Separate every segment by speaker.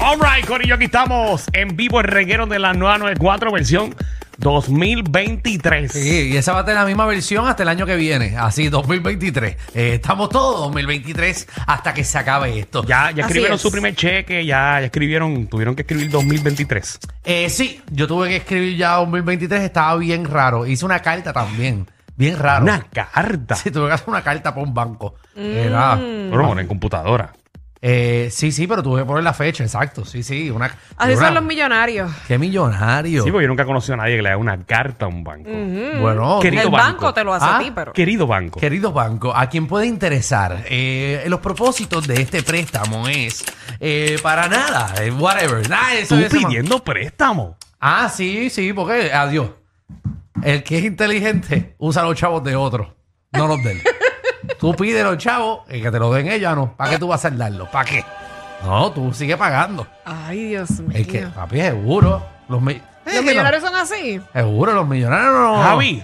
Speaker 1: Alright, Corillo, aquí estamos en vivo el reguero de la 994 versión 2023.
Speaker 2: Sí, y esa va a tener la misma versión hasta el año que viene, así 2023. Eh, estamos todos 2023 hasta que se acabe esto.
Speaker 1: Ya, ya escribieron
Speaker 3: es.
Speaker 1: su primer cheque, ya, ya escribieron, tuvieron que escribir 2023.
Speaker 2: Eh, sí, yo tuve que escribir ya 2023, estaba bien raro. Hice una carta también, bien raro.
Speaker 1: Una carta.
Speaker 2: Sí, tuve que hacer una carta para un banco.
Speaker 3: Mm.
Speaker 2: Era-
Speaker 1: Bueno, bueno, en computadora.
Speaker 2: eh, sí, sí, pero tuve que poner la fecha, exacto. Sí, sí, una. una-
Speaker 3: Así Ah, son los millonarios.
Speaker 2: Qué millonario.
Speaker 1: Sí, porque yo nunca he conocido a nadie que le haga una carta a un banco.
Speaker 2: Bueno,
Speaker 1: Querido
Speaker 3: El
Speaker 1: banco.
Speaker 3: banco te lo hace
Speaker 2: Ah,
Speaker 3: a ti, pero.
Speaker 1: Querido banco.
Speaker 2: Queridos bancos, a quien puede interesar, eh, los propósitos de este préstamo es eh, para nada, eh, whatever. nada, eso
Speaker 1: Tú
Speaker 2: es-
Speaker 1: pidiendo préstamo.
Speaker 2: Ah, sí, sí, porque adiós. El que es inteligente usa los chavos de otro, no los de él. tú pides los chavos y que te los den ellos, no. ¿Para qué tú vas a saldarlos? ¿Para qué? No, tú sigue pagando.
Speaker 3: Ay, Dios mío.
Speaker 2: Es que, papi, seguro. Los, mi- es que
Speaker 3: Los
Speaker 2: no.
Speaker 3: millonarios son así.
Speaker 2: Seguro, los millonarios no.
Speaker 1: Javi.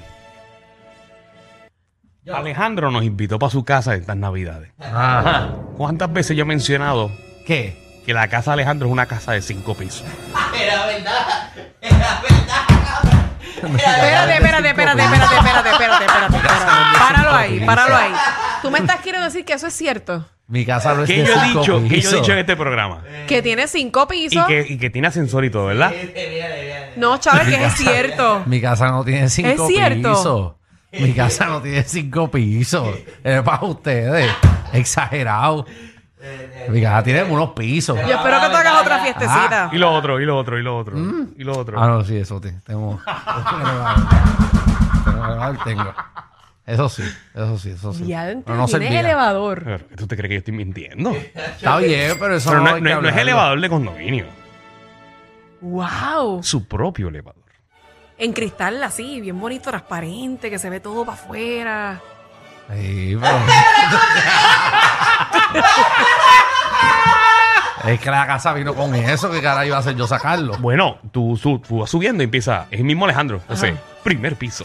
Speaker 1: Alejandro nos invitó para su casa estas navidades.
Speaker 2: Ajá.
Speaker 1: ¿Cuántas veces yo he mencionado
Speaker 2: ¿Qué?
Speaker 1: que la casa de Alejandro es una casa de cinco pisos?
Speaker 3: Espérate, espérate, espérate, espérate, espérate, espérate, espérate. espérate. Páralo ahí, páralo ahí. Tú me estás queriendo decir que eso es cierto.
Speaker 2: Mi casa no es
Speaker 1: ¿Qué
Speaker 2: de
Speaker 1: yo he dicho?
Speaker 2: cinco
Speaker 1: ¿Qué yo he
Speaker 2: pisos.
Speaker 1: dicho en este programa?
Speaker 3: Que tiene cinco
Speaker 1: Y
Speaker 3: pisos.
Speaker 1: que, y que tiene ascensor y todo, ¿verdad?
Speaker 3: No, Chávez, que es cierto.
Speaker 2: Mi casa no tiene cinco
Speaker 3: cierto?
Speaker 2: pisos. Mi casa no tiene cinco pisos. Es para ustedes. Exagerado. Mi casa tiene unos pisos.
Speaker 3: Yo espero que tú hagas otra fiestecita.
Speaker 1: Y lo otro, y lo otro, y lo otro. Y lo otro.
Speaker 2: Ah, no, sí, eso te- tengo. Tengo elevador, tengo. Eso sí, eso sí, eso sí.
Speaker 3: Ya
Speaker 2: Pero no
Speaker 3: tiene
Speaker 2: servía.
Speaker 3: elevador.
Speaker 1: Pero, ¿Tú te crees que yo estoy mintiendo?
Speaker 2: Está bien, pero eso
Speaker 1: Pero
Speaker 2: no,
Speaker 1: no,
Speaker 2: hay
Speaker 1: no es- no
Speaker 2: que
Speaker 1: es
Speaker 2: hablarlo.
Speaker 1: elevador de condominio.
Speaker 3: Wow.
Speaker 1: Su propio elevador.
Speaker 3: En cristal así, bien bonito, transparente, que se ve todo para afuera.
Speaker 2: Sí, pero- es que la casa vino con eso. ¿Qué cara iba a hacer yo sacarlo?
Speaker 1: Bueno, tú, su- tú vas subiendo y empieza. Es el mismo Alejandro. O sea, primer piso.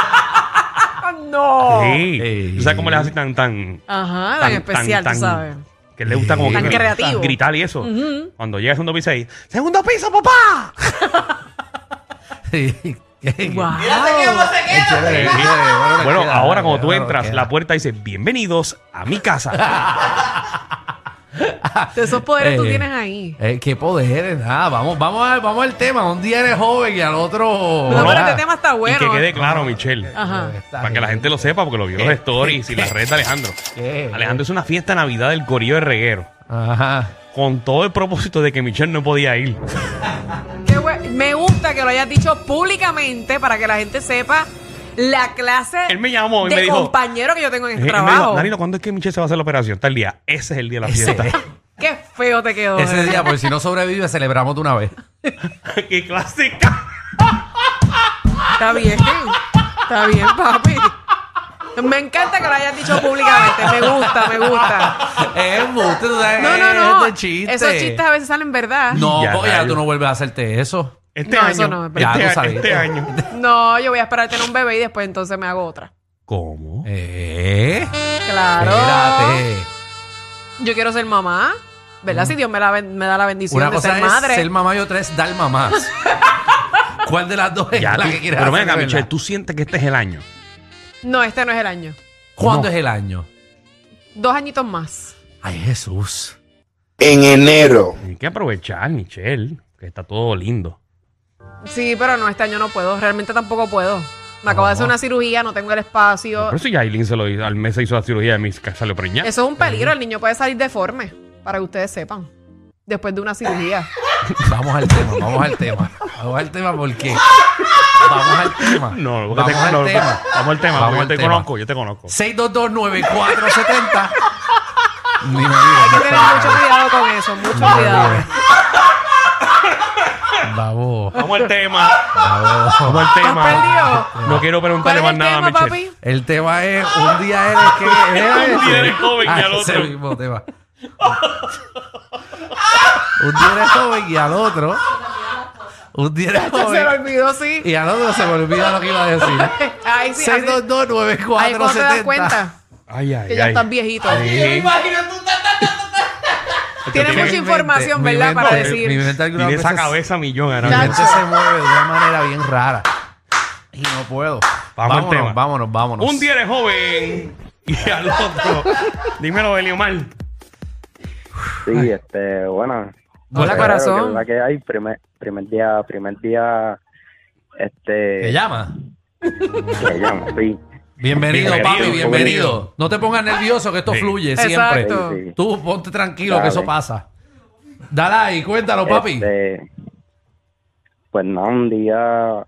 Speaker 3: ¡Ah, no!
Speaker 1: Sí.
Speaker 2: Ey.
Speaker 1: O sea, cómo le hace tan, tan.
Speaker 3: Ajá, tan especial, tú sabes.
Speaker 1: Que le gusta como
Speaker 2: Tan
Speaker 1: que-
Speaker 3: creativo.
Speaker 1: gritar y eso. Cuando llega al segundo piso ahí, ¡Segundo piso, papá!
Speaker 2: Sí.
Speaker 3: Wow.
Speaker 2: Es chévere, es chévere.
Speaker 1: bueno,
Speaker 2: queda,
Speaker 1: ahora cuando
Speaker 2: queda,
Speaker 1: tú entras,
Speaker 2: queda.
Speaker 1: la puerta dice, bienvenidos a mi casa.
Speaker 3: De esos poderes tú
Speaker 2: Eh,
Speaker 3: tienes ahí.
Speaker 2: Eh, qué poderes, nada. Vamos, vamos, a- vamos al tema. Un día eres joven y al otro.
Speaker 3: No, pero
Speaker 2: nada.
Speaker 3: este tema está bueno.
Speaker 1: y que quede claro, Michelle.
Speaker 3: Ajá.
Speaker 2: Ah. Está
Speaker 1: Para que la
Speaker 2: bien. Eh,
Speaker 1: gente lo sepa, porque lo vio en los stories y la red de Alejandro.
Speaker 2: ¿Qué?
Speaker 1: Alejandro es una fiesta de Navidad del Corillo de Reguero.
Speaker 2: Ajá.
Speaker 1: Con todo el propósito de que Michelle no podía ir.
Speaker 3: Qué bue- Me gusta que lo hayas dicho públicamente para que la gente sepa la clase
Speaker 1: Él me llamó y
Speaker 3: de
Speaker 1: me dijo-
Speaker 3: compañero que yo tengo en
Speaker 1: Él me
Speaker 3: el
Speaker 1: dijo,
Speaker 3: trabajo.
Speaker 1: Danilo, ¿cuándo es que Michelle se va a hacer la operación? Tal día. Ese es el día de la
Speaker 2: Ese-
Speaker 1: fiesta.
Speaker 3: Qué feo te quedó.
Speaker 2: Ese
Speaker 3: ¿eh?
Speaker 2: día, por si no sobrevive, celebramos de una vez.
Speaker 1: ¡Qué clásica!
Speaker 3: Está bien. Está bien, papi. Me encanta que lo hayas dicho públicamente. Me gusta, me gusta.
Speaker 2: es embuste, tú sabes,
Speaker 3: No, no, no.
Speaker 2: es de chiste.
Speaker 3: Esos chistes a veces salen verdad.
Speaker 2: No,
Speaker 1: Ya,
Speaker 2: pues, ya,
Speaker 1: rayos.
Speaker 2: tú no vuelves a hacerte eso.
Speaker 1: Este
Speaker 3: No,
Speaker 1: año.
Speaker 3: eso no, es
Speaker 2: verdad. Ya, tú
Speaker 1: este,
Speaker 2: sabes.
Speaker 1: este año.
Speaker 3: No, yo voy a esperar a tener un bebé y después entonces me hago otra.
Speaker 1: ¿Cómo?
Speaker 2: Eh.
Speaker 3: Claro.
Speaker 2: Espérate.
Speaker 3: Yo quiero ser mamá, ¿verdad? Si Dios me, la ben- me da la bendición
Speaker 2: Una
Speaker 3: de
Speaker 2: cosa
Speaker 3: ser
Speaker 2: es
Speaker 3: madre.
Speaker 2: ser mamá y otra es dar mamás. ¿Cuál de las dos es
Speaker 1: Ya,
Speaker 2: la
Speaker 1: tú-
Speaker 2: que quieres
Speaker 1: pero
Speaker 2: hacer,
Speaker 1: venga,
Speaker 2: verdad?
Speaker 1: Michelle, ¿tú sientes que este es el año?
Speaker 3: No, este no es el año.
Speaker 2: ¿Cuándo
Speaker 1: No.
Speaker 2: es el año?
Speaker 3: Dos añitos más.
Speaker 2: Ay, Jesús.
Speaker 4: en enero.
Speaker 1: Hay que aprovechar, Michelle, que está todo lindo.
Speaker 3: Sí, pero no, este año no puedo. Realmente tampoco puedo. Me acabo de hacer una cirugía, no tengo el espacio.
Speaker 1: Por eso ya Aileen se lo hizo, al mes se hizo la cirugía de mis que salió preñada.
Speaker 3: Eso es un peligro. El niño puede salir deforme, para que ustedes sepan. Después de una cirugía.
Speaker 2: Vamos al tema, vamos al tema. Vamos al tema porque. Vamos al tema.
Speaker 1: No, porque
Speaker 2: vamos
Speaker 1: te,
Speaker 2: al
Speaker 1: no,
Speaker 2: tema.
Speaker 1: vamos al tema, porque
Speaker 2: Vamos al
Speaker 1: yo te
Speaker 2: tema.
Speaker 1: conozco, yo te conozco.
Speaker 2: 6229470. Ni me digas,
Speaker 3: Hay que
Speaker 2: por
Speaker 3: tener
Speaker 2: favor.
Speaker 3: mucho cuidado con eso, mucho
Speaker 2: No,
Speaker 3: cuidado.
Speaker 2: Vamos,
Speaker 1: Vamos al tema,
Speaker 2: vamos.
Speaker 1: vamos al tema.
Speaker 3: ¿Estás perdido?
Speaker 1: No quiero
Speaker 3: ¿Cuál
Speaker 1: preguntarle
Speaker 3: es
Speaker 1: más
Speaker 3: el
Speaker 1: nada a
Speaker 3: tema,
Speaker 1: Michelle.
Speaker 3: papi?
Speaker 2: El tema es un día eres que eres.
Speaker 1: Un día eres joven y
Speaker 2: Ah,
Speaker 1: al
Speaker 2: ese
Speaker 1: otro.
Speaker 2: mismo tema. un día eres joven y al otro. Un día eres
Speaker 3: Se lo
Speaker 2: joven
Speaker 3: olvidó, sí.
Speaker 2: y al otro se me olvida lo que iba a decir.
Speaker 3: Ay, sí. así- Ahí cuando te das
Speaker 2: 6229470.
Speaker 3: cuenta
Speaker 1: Ay, ay,
Speaker 3: que ya
Speaker 1: ay.
Speaker 3: estás viejito.
Speaker 1: Sí.
Speaker 3: Tiene
Speaker 1: tiene
Speaker 3: mucha
Speaker 1: mi
Speaker 3: información,
Speaker 2: mi
Speaker 3: ¿verdad?
Speaker 2: mente-
Speaker 3: Para
Speaker 2: Mi
Speaker 3: decir.
Speaker 2: mente algunas
Speaker 1: Tiene esa
Speaker 2: veces-
Speaker 1: cabeza millón ahora
Speaker 2: Mi
Speaker 1: mismo.
Speaker 2: mente se mueve de una manera bien rara. Y no puedo.
Speaker 1: Vamos al
Speaker 2: vámonos,
Speaker 1: tema.
Speaker 2: vámonos, vámonos.
Speaker 1: Un día eres joven y al otro. Dímelo, Eliomar.
Speaker 5: Sí, este, bueno.
Speaker 3: Hola,
Speaker 5: claro,
Speaker 3: corazón.
Speaker 5: que la que hay, primer, primer día, primer día,
Speaker 2: ¿Te
Speaker 5: este,
Speaker 2: llama?
Speaker 5: que llama, sí,
Speaker 2: Bienvenido,
Speaker 1: Bienvenido,
Speaker 2: papi, bienvenido.
Speaker 5: bienvenido.
Speaker 2: No te pongas nervioso que esto
Speaker 1: Sí.
Speaker 2: fluye siempre.
Speaker 3: Exacto.
Speaker 5: sí, sí.
Speaker 2: Tú ponte tranquilo que
Speaker 5: Dale.
Speaker 2: eso pasa. Dale ahí, cuéntalo, papi.
Speaker 5: Este, pues no, un día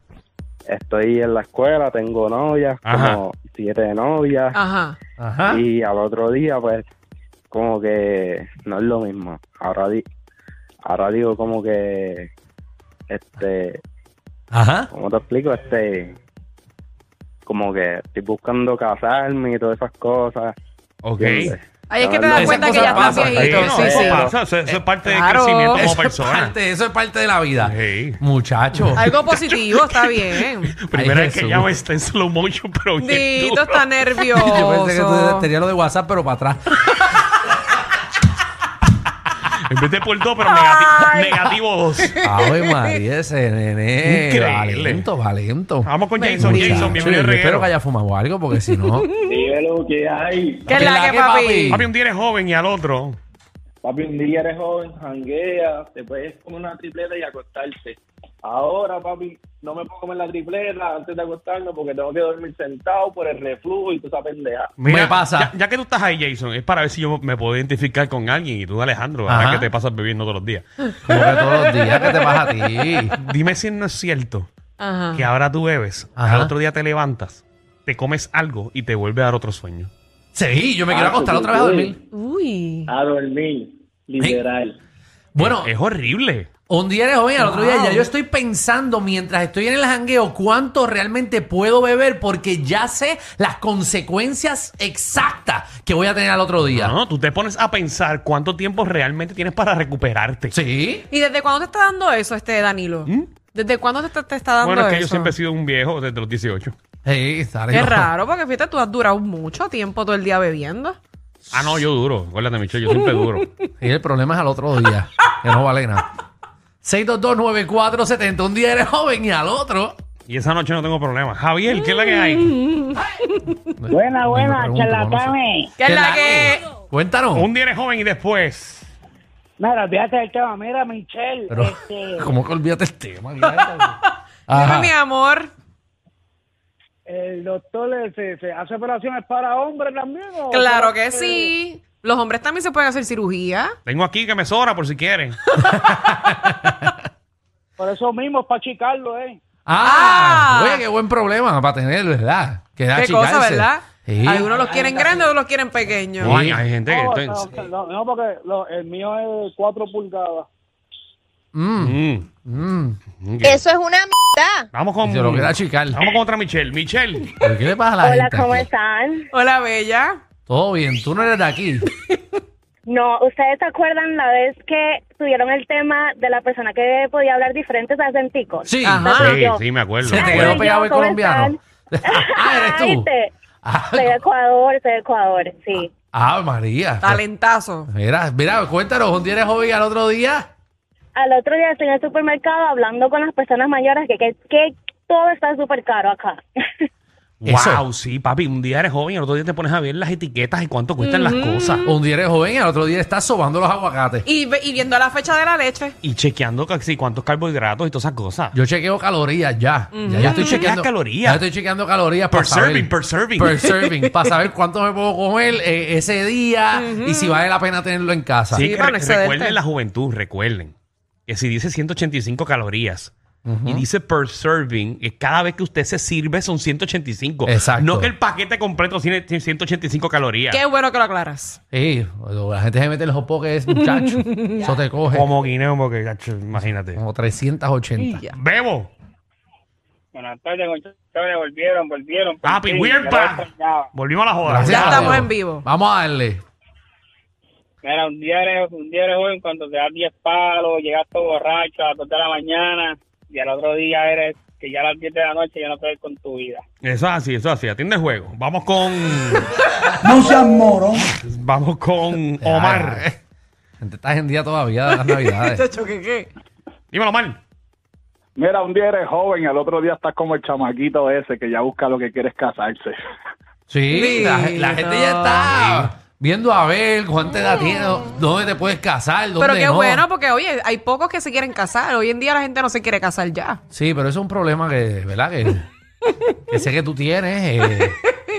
Speaker 5: estoy en la escuela, tengo novias,
Speaker 1: Ajá.
Speaker 5: como siete novias,
Speaker 3: Ajá.
Speaker 2: Ajá.
Speaker 5: y al otro día, pues, como que no es lo mismo. Ahora, di- ahora digo como que, este,
Speaker 2: Ajá.
Speaker 5: ¿Cómo te explico? Este, como que estoy buscando casarme y todas esas cosas.
Speaker 1: Ok.
Speaker 5: ¿entiendes?
Speaker 3: Ahí es que te
Speaker 5: Esas
Speaker 3: das cuenta que ya
Speaker 2: cosas
Speaker 3: estás
Speaker 2: pasan,
Speaker 3: viejito.
Speaker 1: Sí, no,
Speaker 3: Sí,
Speaker 1: eso
Speaker 3: sí.
Speaker 1: pasa, eso, eso es parte del
Speaker 3: Claro.
Speaker 1: crecimiento como
Speaker 2: Eso es,
Speaker 1: persona.
Speaker 2: parte, eso es parte de la vida.
Speaker 1: Sí.
Speaker 2: Muchacho.
Speaker 3: Algo positivo, está bien.
Speaker 1: Primera
Speaker 2: Ay,
Speaker 1: vez que
Speaker 2: Jesús.
Speaker 1: llamo está en slow motion, pero bien
Speaker 3: Dito
Speaker 1: duro.
Speaker 3: está
Speaker 2: Yo pensé que tú
Speaker 3: nervioso.
Speaker 2: tenías lo de WhatsApp, pero para atrás.
Speaker 1: En vez de por dos, pero negati-
Speaker 3: Ay.
Speaker 1: negativo dos.
Speaker 2: Ave María, ese nene.
Speaker 1: Increíble.
Speaker 2: Valento, valento.
Speaker 1: Vamos con Jason.
Speaker 2: Muchacho,
Speaker 1: Jason, bienvenido
Speaker 2: yo
Speaker 1: al reguero.
Speaker 2: Espero que haya fumado algo, porque si no.
Speaker 6: Dígalo que hay.
Speaker 3: ¿Qué es la que, papi?
Speaker 1: Papi, un día eres joven y al otro.
Speaker 6: Papi, un día eres joven, janguea, te puedes comer una tripleta y acostarte. Ahora, papi, no me puedo comer la tripleta antes de acostarme porque tengo que dormir sentado por el reflujo y toda esa pendeja.
Speaker 2: Me
Speaker 1: Ya,
Speaker 2: pasa.
Speaker 1: ya que tú estás ahí, Jason, es para ver si yo me puedo identificar con alguien. Y tú, Alejandro, ahora
Speaker 2: Ajá.
Speaker 1: que te pasas bebiendo todos los días.
Speaker 2: Como que todos los días, ¿qué te pasa a ti?
Speaker 1: Dime si no es cierto
Speaker 3: Ajá.
Speaker 1: que ahora tú bebes,
Speaker 2: Ajá.
Speaker 1: al otro día te levantas, te comes algo y te vuelve a dar otro sueño.
Speaker 2: Sí, yo me
Speaker 6: Ah,
Speaker 2: quiero acostar
Speaker 6: sí,
Speaker 2: otra vez a
Speaker 6: sí.
Speaker 2: dormir.
Speaker 3: Uy.
Speaker 6: A dormir, literal.
Speaker 2: Bueno,
Speaker 1: Es horrible.
Speaker 2: Eh, un día eres joven, al otro día
Speaker 3: Wow.
Speaker 2: ya yo estoy pensando mientras estoy en el jangueo cuánto realmente puedo beber porque ya sé las consecuencias exactas que voy a tener al otro día.
Speaker 1: No, no, tú te pones a pensar cuánto tiempo realmente tienes para recuperarte.
Speaker 2: Sí.
Speaker 3: ¿Y desde cuándo te está dando eso, este Danilo?
Speaker 2: ¿Mm?
Speaker 3: ¿Desde cuándo te, está- te está dando
Speaker 1: Bueno, es que
Speaker 3: eso?
Speaker 1: yo siempre he sido un viejo desde los 18.
Speaker 2: Sí, sale.
Speaker 3: Qué raro, porque fíjate, tú has durado mucho tiempo todo el día bebiendo.
Speaker 1: Ah, no, yo duro. Acuérdate, Michelle, yo siempre duro.
Speaker 2: Y el problema es al otro día, que no vale nada. 6229470. Un día eres joven y al otro.
Speaker 1: Y esa noche no tengo problema. Javier, ¿qué es la que
Speaker 2: Mm.
Speaker 1: hay?
Speaker 7: Buena,
Speaker 2: Ni me
Speaker 7: buena,
Speaker 2: pregunto, no sé.
Speaker 7: charlatanes.
Speaker 3: ¿Qué es la
Speaker 2: la-
Speaker 3: que?
Speaker 2: Cuéntanos.
Speaker 1: Un día eres joven y después.
Speaker 7: Mira, olvídate del tema. Mira, Michelle.
Speaker 2: Pero,
Speaker 7: Este,
Speaker 2: ¿cómo que olvídate el tema? Ajá.
Speaker 3: Dime, mi amor.
Speaker 7: el doctor eh, se, se hace operaciones para hombres también. ¿o
Speaker 3: Claro
Speaker 7: solo-
Speaker 3: que sí. Los hombres también se pueden hacer cirugía.
Speaker 1: Tengo aquí que me sobra por si quieren.
Speaker 7: Por eso mismo, es para chicarlo, ¿eh?
Speaker 2: Ah,
Speaker 3: Ah.
Speaker 2: oye, qué buen problema para tener, ¿verdad? Que da
Speaker 3: Qué cosa,
Speaker 2: achicarse.
Speaker 3: ¿verdad?
Speaker 2: Sí.
Speaker 3: Algunos los quieren grandes, otros los quieren pequeños.
Speaker 1: No, hay, hay gente
Speaker 2: Oh,
Speaker 1: que.
Speaker 7: No,
Speaker 1: estoy-
Speaker 7: no, no, no, porque lo- el mío es 4 pulgadas.
Speaker 2: Mm,
Speaker 1: Mm.
Speaker 2: mm.
Speaker 1: Ok.
Speaker 8: Eso es una mierda.
Speaker 1: Vamos con.
Speaker 2: Y se lo quiere achicar.
Speaker 1: Vamos con otra Michelle. Michelle.
Speaker 2: ¿Pero qué le pasa a la
Speaker 9: Hola,
Speaker 2: gente
Speaker 9: ¿cómo
Speaker 2: aquí?
Speaker 9: están?
Speaker 3: Hola, bella.
Speaker 2: Todo bien, tú no eres de aquí.
Speaker 9: No, ¿ustedes se acuerdan la vez que tuvieron el tema de la persona que podía hablar diferentes acenticos?
Speaker 2: Sí,
Speaker 3: Ajá.
Speaker 9: Soy
Speaker 1: Sí,
Speaker 9: yo.
Speaker 1: sí, me acuerdo.
Speaker 2: se te
Speaker 1: Me
Speaker 2: quedó
Speaker 1: acuerdo.
Speaker 2: pegado el
Speaker 9: ¿cómo
Speaker 2: colombiano. ah, eres tú.
Speaker 9: Ay, te-
Speaker 2: Ah,
Speaker 9: Soy de Ecuador, soy de Ecuador, sí.
Speaker 2: ah, María.
Speaker 3: Talentazo.
Speaker 2: Mira, mira, cuéntanos, un día eres joven y al otro día.
Speaker 9: Al otro día estoy en el supermercado hablando con las personas mayores que, que, que todo está súper caro acá.
Speaker 1: Wow, sí, papi. Un día eres joven y el otro día te pones a ver las etiquetas y cuánto cuestan las cosas.
Speaker 2: Un día eres joven y al otro día estás sobando los aguacates.
Speaker 3: Y, ve- y viendo la fecha de la leche.
Speaker 1: Y chequeando casi cuántos carbohidratos y todas esas cosas.
Speaker 2: Yo chequeo calorías ya. Ya yo estoy
Speaker 1: Tú chequeas
Speaker 2: chequeando
Speaker 1: calorías.
Speaker 2: Ya estoy chequeando calorías
Speaker 1: Per
Speaker 2: para saber-
Speaker 1: serving, per serving.
Speaker 2: Per serving, para saber cuánto me puedo comer eh, ese día y si vale la pena tenerlo en casa.
Speaker 1: Sí,
Speaker 3: Sí,
Speaker 1: que
Speaker 3: para
Speaker 1: re-
Speaker 3: no excederte.
Speaker 1: recuerden la juventud, recuerden. Que si dice 185 calorías y dice per serving, es cada vez que usted se sirve son 185.
Speaker 2: Exacto.
Speaker 1: No que el paquete completo tiene tiene 185 calorías.
Speaker 3: Qué bueno que lo aclaras.
Speaker 2: Sí, la gente se mete el jopo que es muchacho. Eso te coge como,
Speaker 1: Como guineo, porque ya, ch- imagínate.
Speaker 2: 380.
Speaker 3: Y ya.
Speaker 1: Bebo.
Speaker 7: Buenas tardes, ustedes volvieron, volvieron.
Speaker 1: Papi, we're back. Volvimos a la joda.
Speaker 2: Gracias
Speaker 3: Ya
Speaker 2: a
Speaker 3: estamos
Speaker 2: Dios.
Speaker 3: en vivo.
Speaker 2: Vamos a darle.
Speaker 7: Mira, un día eres, un día eres joven cuando te das 10 palos, llegas todo borracho a las 2 de la mañana y al otro día eres que ya a las 10 de la noche ya no puedes con tu vida.
Speaker 1: Eso es así, eso es así. Atiende el juego. Vamos con. No seas moro. Vamos con Omar.
Speaker 2: Ah, Gente, estás en día todavía de las navidades.
Speaker 3: Chacho, ¿qué qué?
Speaker 1: Dímelo mal.
Speaker 8: Mira, un día eres joven y al otro día estás como el chamaquito ese que ya busca lo que quieres casarse.
Speaker 2: Sí, la, la gente ya está viendo a ver cuánta edad tiene, dónde te puedes casar, dónde
Speaker 3: Mm. Pero qué
Speaker 2: no.
Speaker 3: bueno, pues. porque oye, hay pocos que se quieren casar. Hoy en día la gente no se quiere casar ya.
Speaker 2: Sí, pero eso es un problema que, ¿verdad? Que, que sé que tú tienes. eh,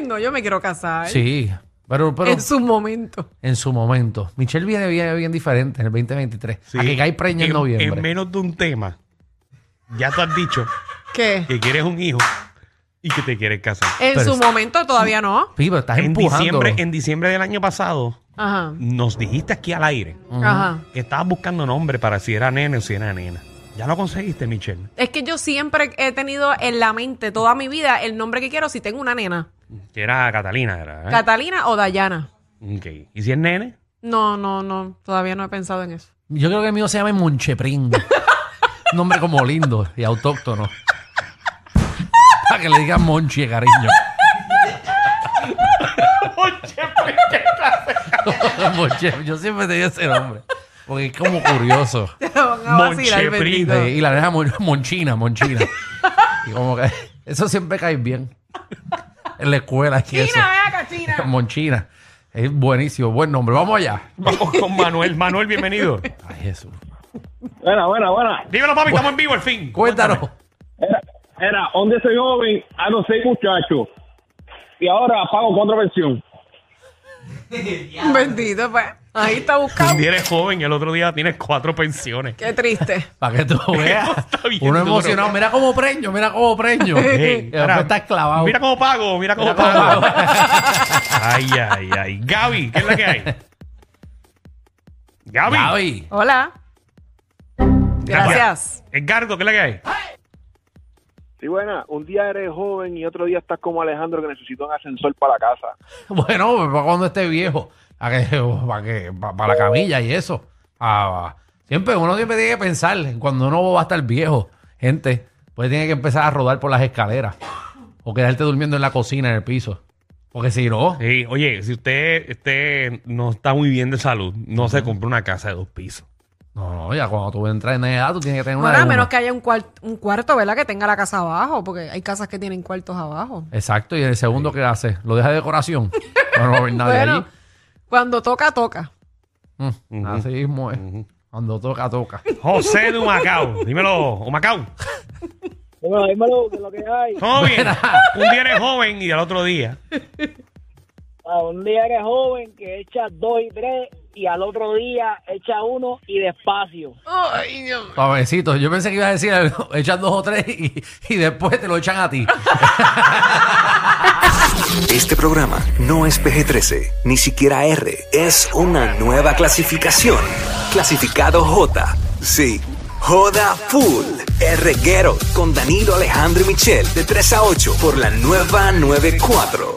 Speaker 3: No, yo me quiero casar.
Speaker 2: sí, pero, pero
Speaker 3: En su momento.
Speaker 2: en su momento. Michelle viene bien, bien diferente en el 2023. A que cae preña en,
Speaker 1: En-
Speaker 2: noviembre.
Speaker 1: En menos de un tema, ya tú has dicho
Speaker 3: ¿Qué?
Speaker 1: que quieres un hijo y que te quieres casar.
Speaker 3: En
Speaker 2: Pero
Speaker 3: su
Speaker 2: es-
Speaker 3: momento todavía no.
Speaker 2: Sí, pero estás
Speaker 1: En
Speaker 2: empujando.
Speaker 1: diciembre, en diciembre del año pasado,
Speaker 3: Ajá.
Speaker 1: nos dijiste aquí al aire
Speaker 3: Ajá.
Speaker 1: que estabas buscando nombre para si era nene o si era nena. Ya lo conseguiste, Michelle.
Speaker 3: Es que yo siempre he tenido en la mente toda mi vida el nombre que quiero si tengo una nena.
Speaker 1: Que era Catalina, era. ¿eh?
Speaker 3: Catalina o Dayana.
Speaker 1: Ok. ¿Y si es nene?
Speaker 3: No, no, no. Todavía no he pensado en eso.
Speaker 2: Yo creo que el mío se llama Moncheprín. Un nombre como lindo y autóctono. Para que le digan Monchi de cariño. Moncheprín, Yo siempre te digo ese nombre. Porque es como curioso.
Speaker 3: Te van a vacilar,
Speaker 1: Moncheprín.
Speaker 3: bendito.
Speaker 2: Sí, y la deja mon- Monchina, Monchina. Y como que eso siempre cae bien. En la escuela. y eso.
Speaker 3: China, ven acá, China.
Speaker 2: Monchina. Es buenísimo, buen nombre. Vamos allá.
Speaker 1: Vamos con Manuel. Manuel, bienvenido.
Speaker 2: Ay, Jesús.
Speaker 6: Buena, buena, buena.
Speaker 1: Dímelo, papi, estamos en vivo al fin.
Speaker 2: Cuéntanos.
Speaker 6: Era, era donde soy joven, a los seis muchachos. Y ahora pago con otra versión.
Speaker 3: Bendito, pues. Ahí está buscado.
Speaker 1: Un día eres joven y el otro día tienes cuatro pensiones.
Speaker 3: Qué triste.
Speaker 2: Para que tú veas.
Speaker 1: está bien
Speaker 2: Uno
Speaker 1: duro.
Speaker 2: emocionado. Mira cómo preño, mira cómo preño.
Speaker 1: Ey,
Speaker 2: Y después estás clavado.
Speaker 1: Mira cómo pago, mira cómo
Speaker 2: Mira cómo
Speaker 1: pago. ay, ay, ay. Gaby, ¿qué es la que hay? Gaby.
Speaker 2: Gaby.
Speaker 3: Hola. Gracias.
Speaker 1: Edgardo, ¿qué es la que hay?
Speaker 8: Sí, buena. Un día eres joven y otro día estás como Alejandro que necesita un ascensor para la casa.
Speaker 2: Bueno, pues, para cuando esté viejo. Para, que, para, que, para, la camilla y eso. Ah, siempre, uno siempre tiene que pensar. en Cuando uno va a estar viejo, gente, pues tiene que empezar a rodar por las escaleras. O quedarte durmiendo en la cocina, en el piso. Porque si no,
Speaker 1: Sí, oye, si usted, usted no está muy bien de salud, no se compra una casa de dos pisos.
Speaker 2: no, no, ya cuando tú entras en edad, tú tienes que tener una.
Speaker 3: Bueno,
Speaker 2: de
Speaker 3: a
Speaker 2: uno.
Speaker 3: menos que haya un, cuar- un cuarto, ¿verdad? Que tenga la casa abajo, porque hay casas que tienen cuartos abajo.
Speaker 2: Exacto, y en el segundo, ¿qué hace? ¿Lo deja de decoración? No, no va a haber nadie
Speaker 3: Bueno,
Speaker 2: allí.
Speaker 3: cuando toca, toca.
Speaker 2: Mm, Así mismo es. Cuando toca, toca.
Speaker 1: José de Humacao. Dímelo, Humacao.
Speaker 7: Dímelo, dímelo, que lo que hay.
Speaker 1: Todo bien. Un día eres joven y al otro día.
Speaker 7: A Ah, un día eres joven que echa dos y tres y al otro día echa uno y despacio.
Speaker 3: Ay, Dios mío.
Speaker 2: Pabecito, yo pensé que ibas a decir, echan dos o tres y, y después te lo echan a ti.
Speaker 10: Este programa no es PG-13, ni siquiera R. Es una nueva clasificación. Clasificado J. Sí. Joda Full. El reguero con Danilo Alejandro y Michel de 3 a 8 por la nueva 94.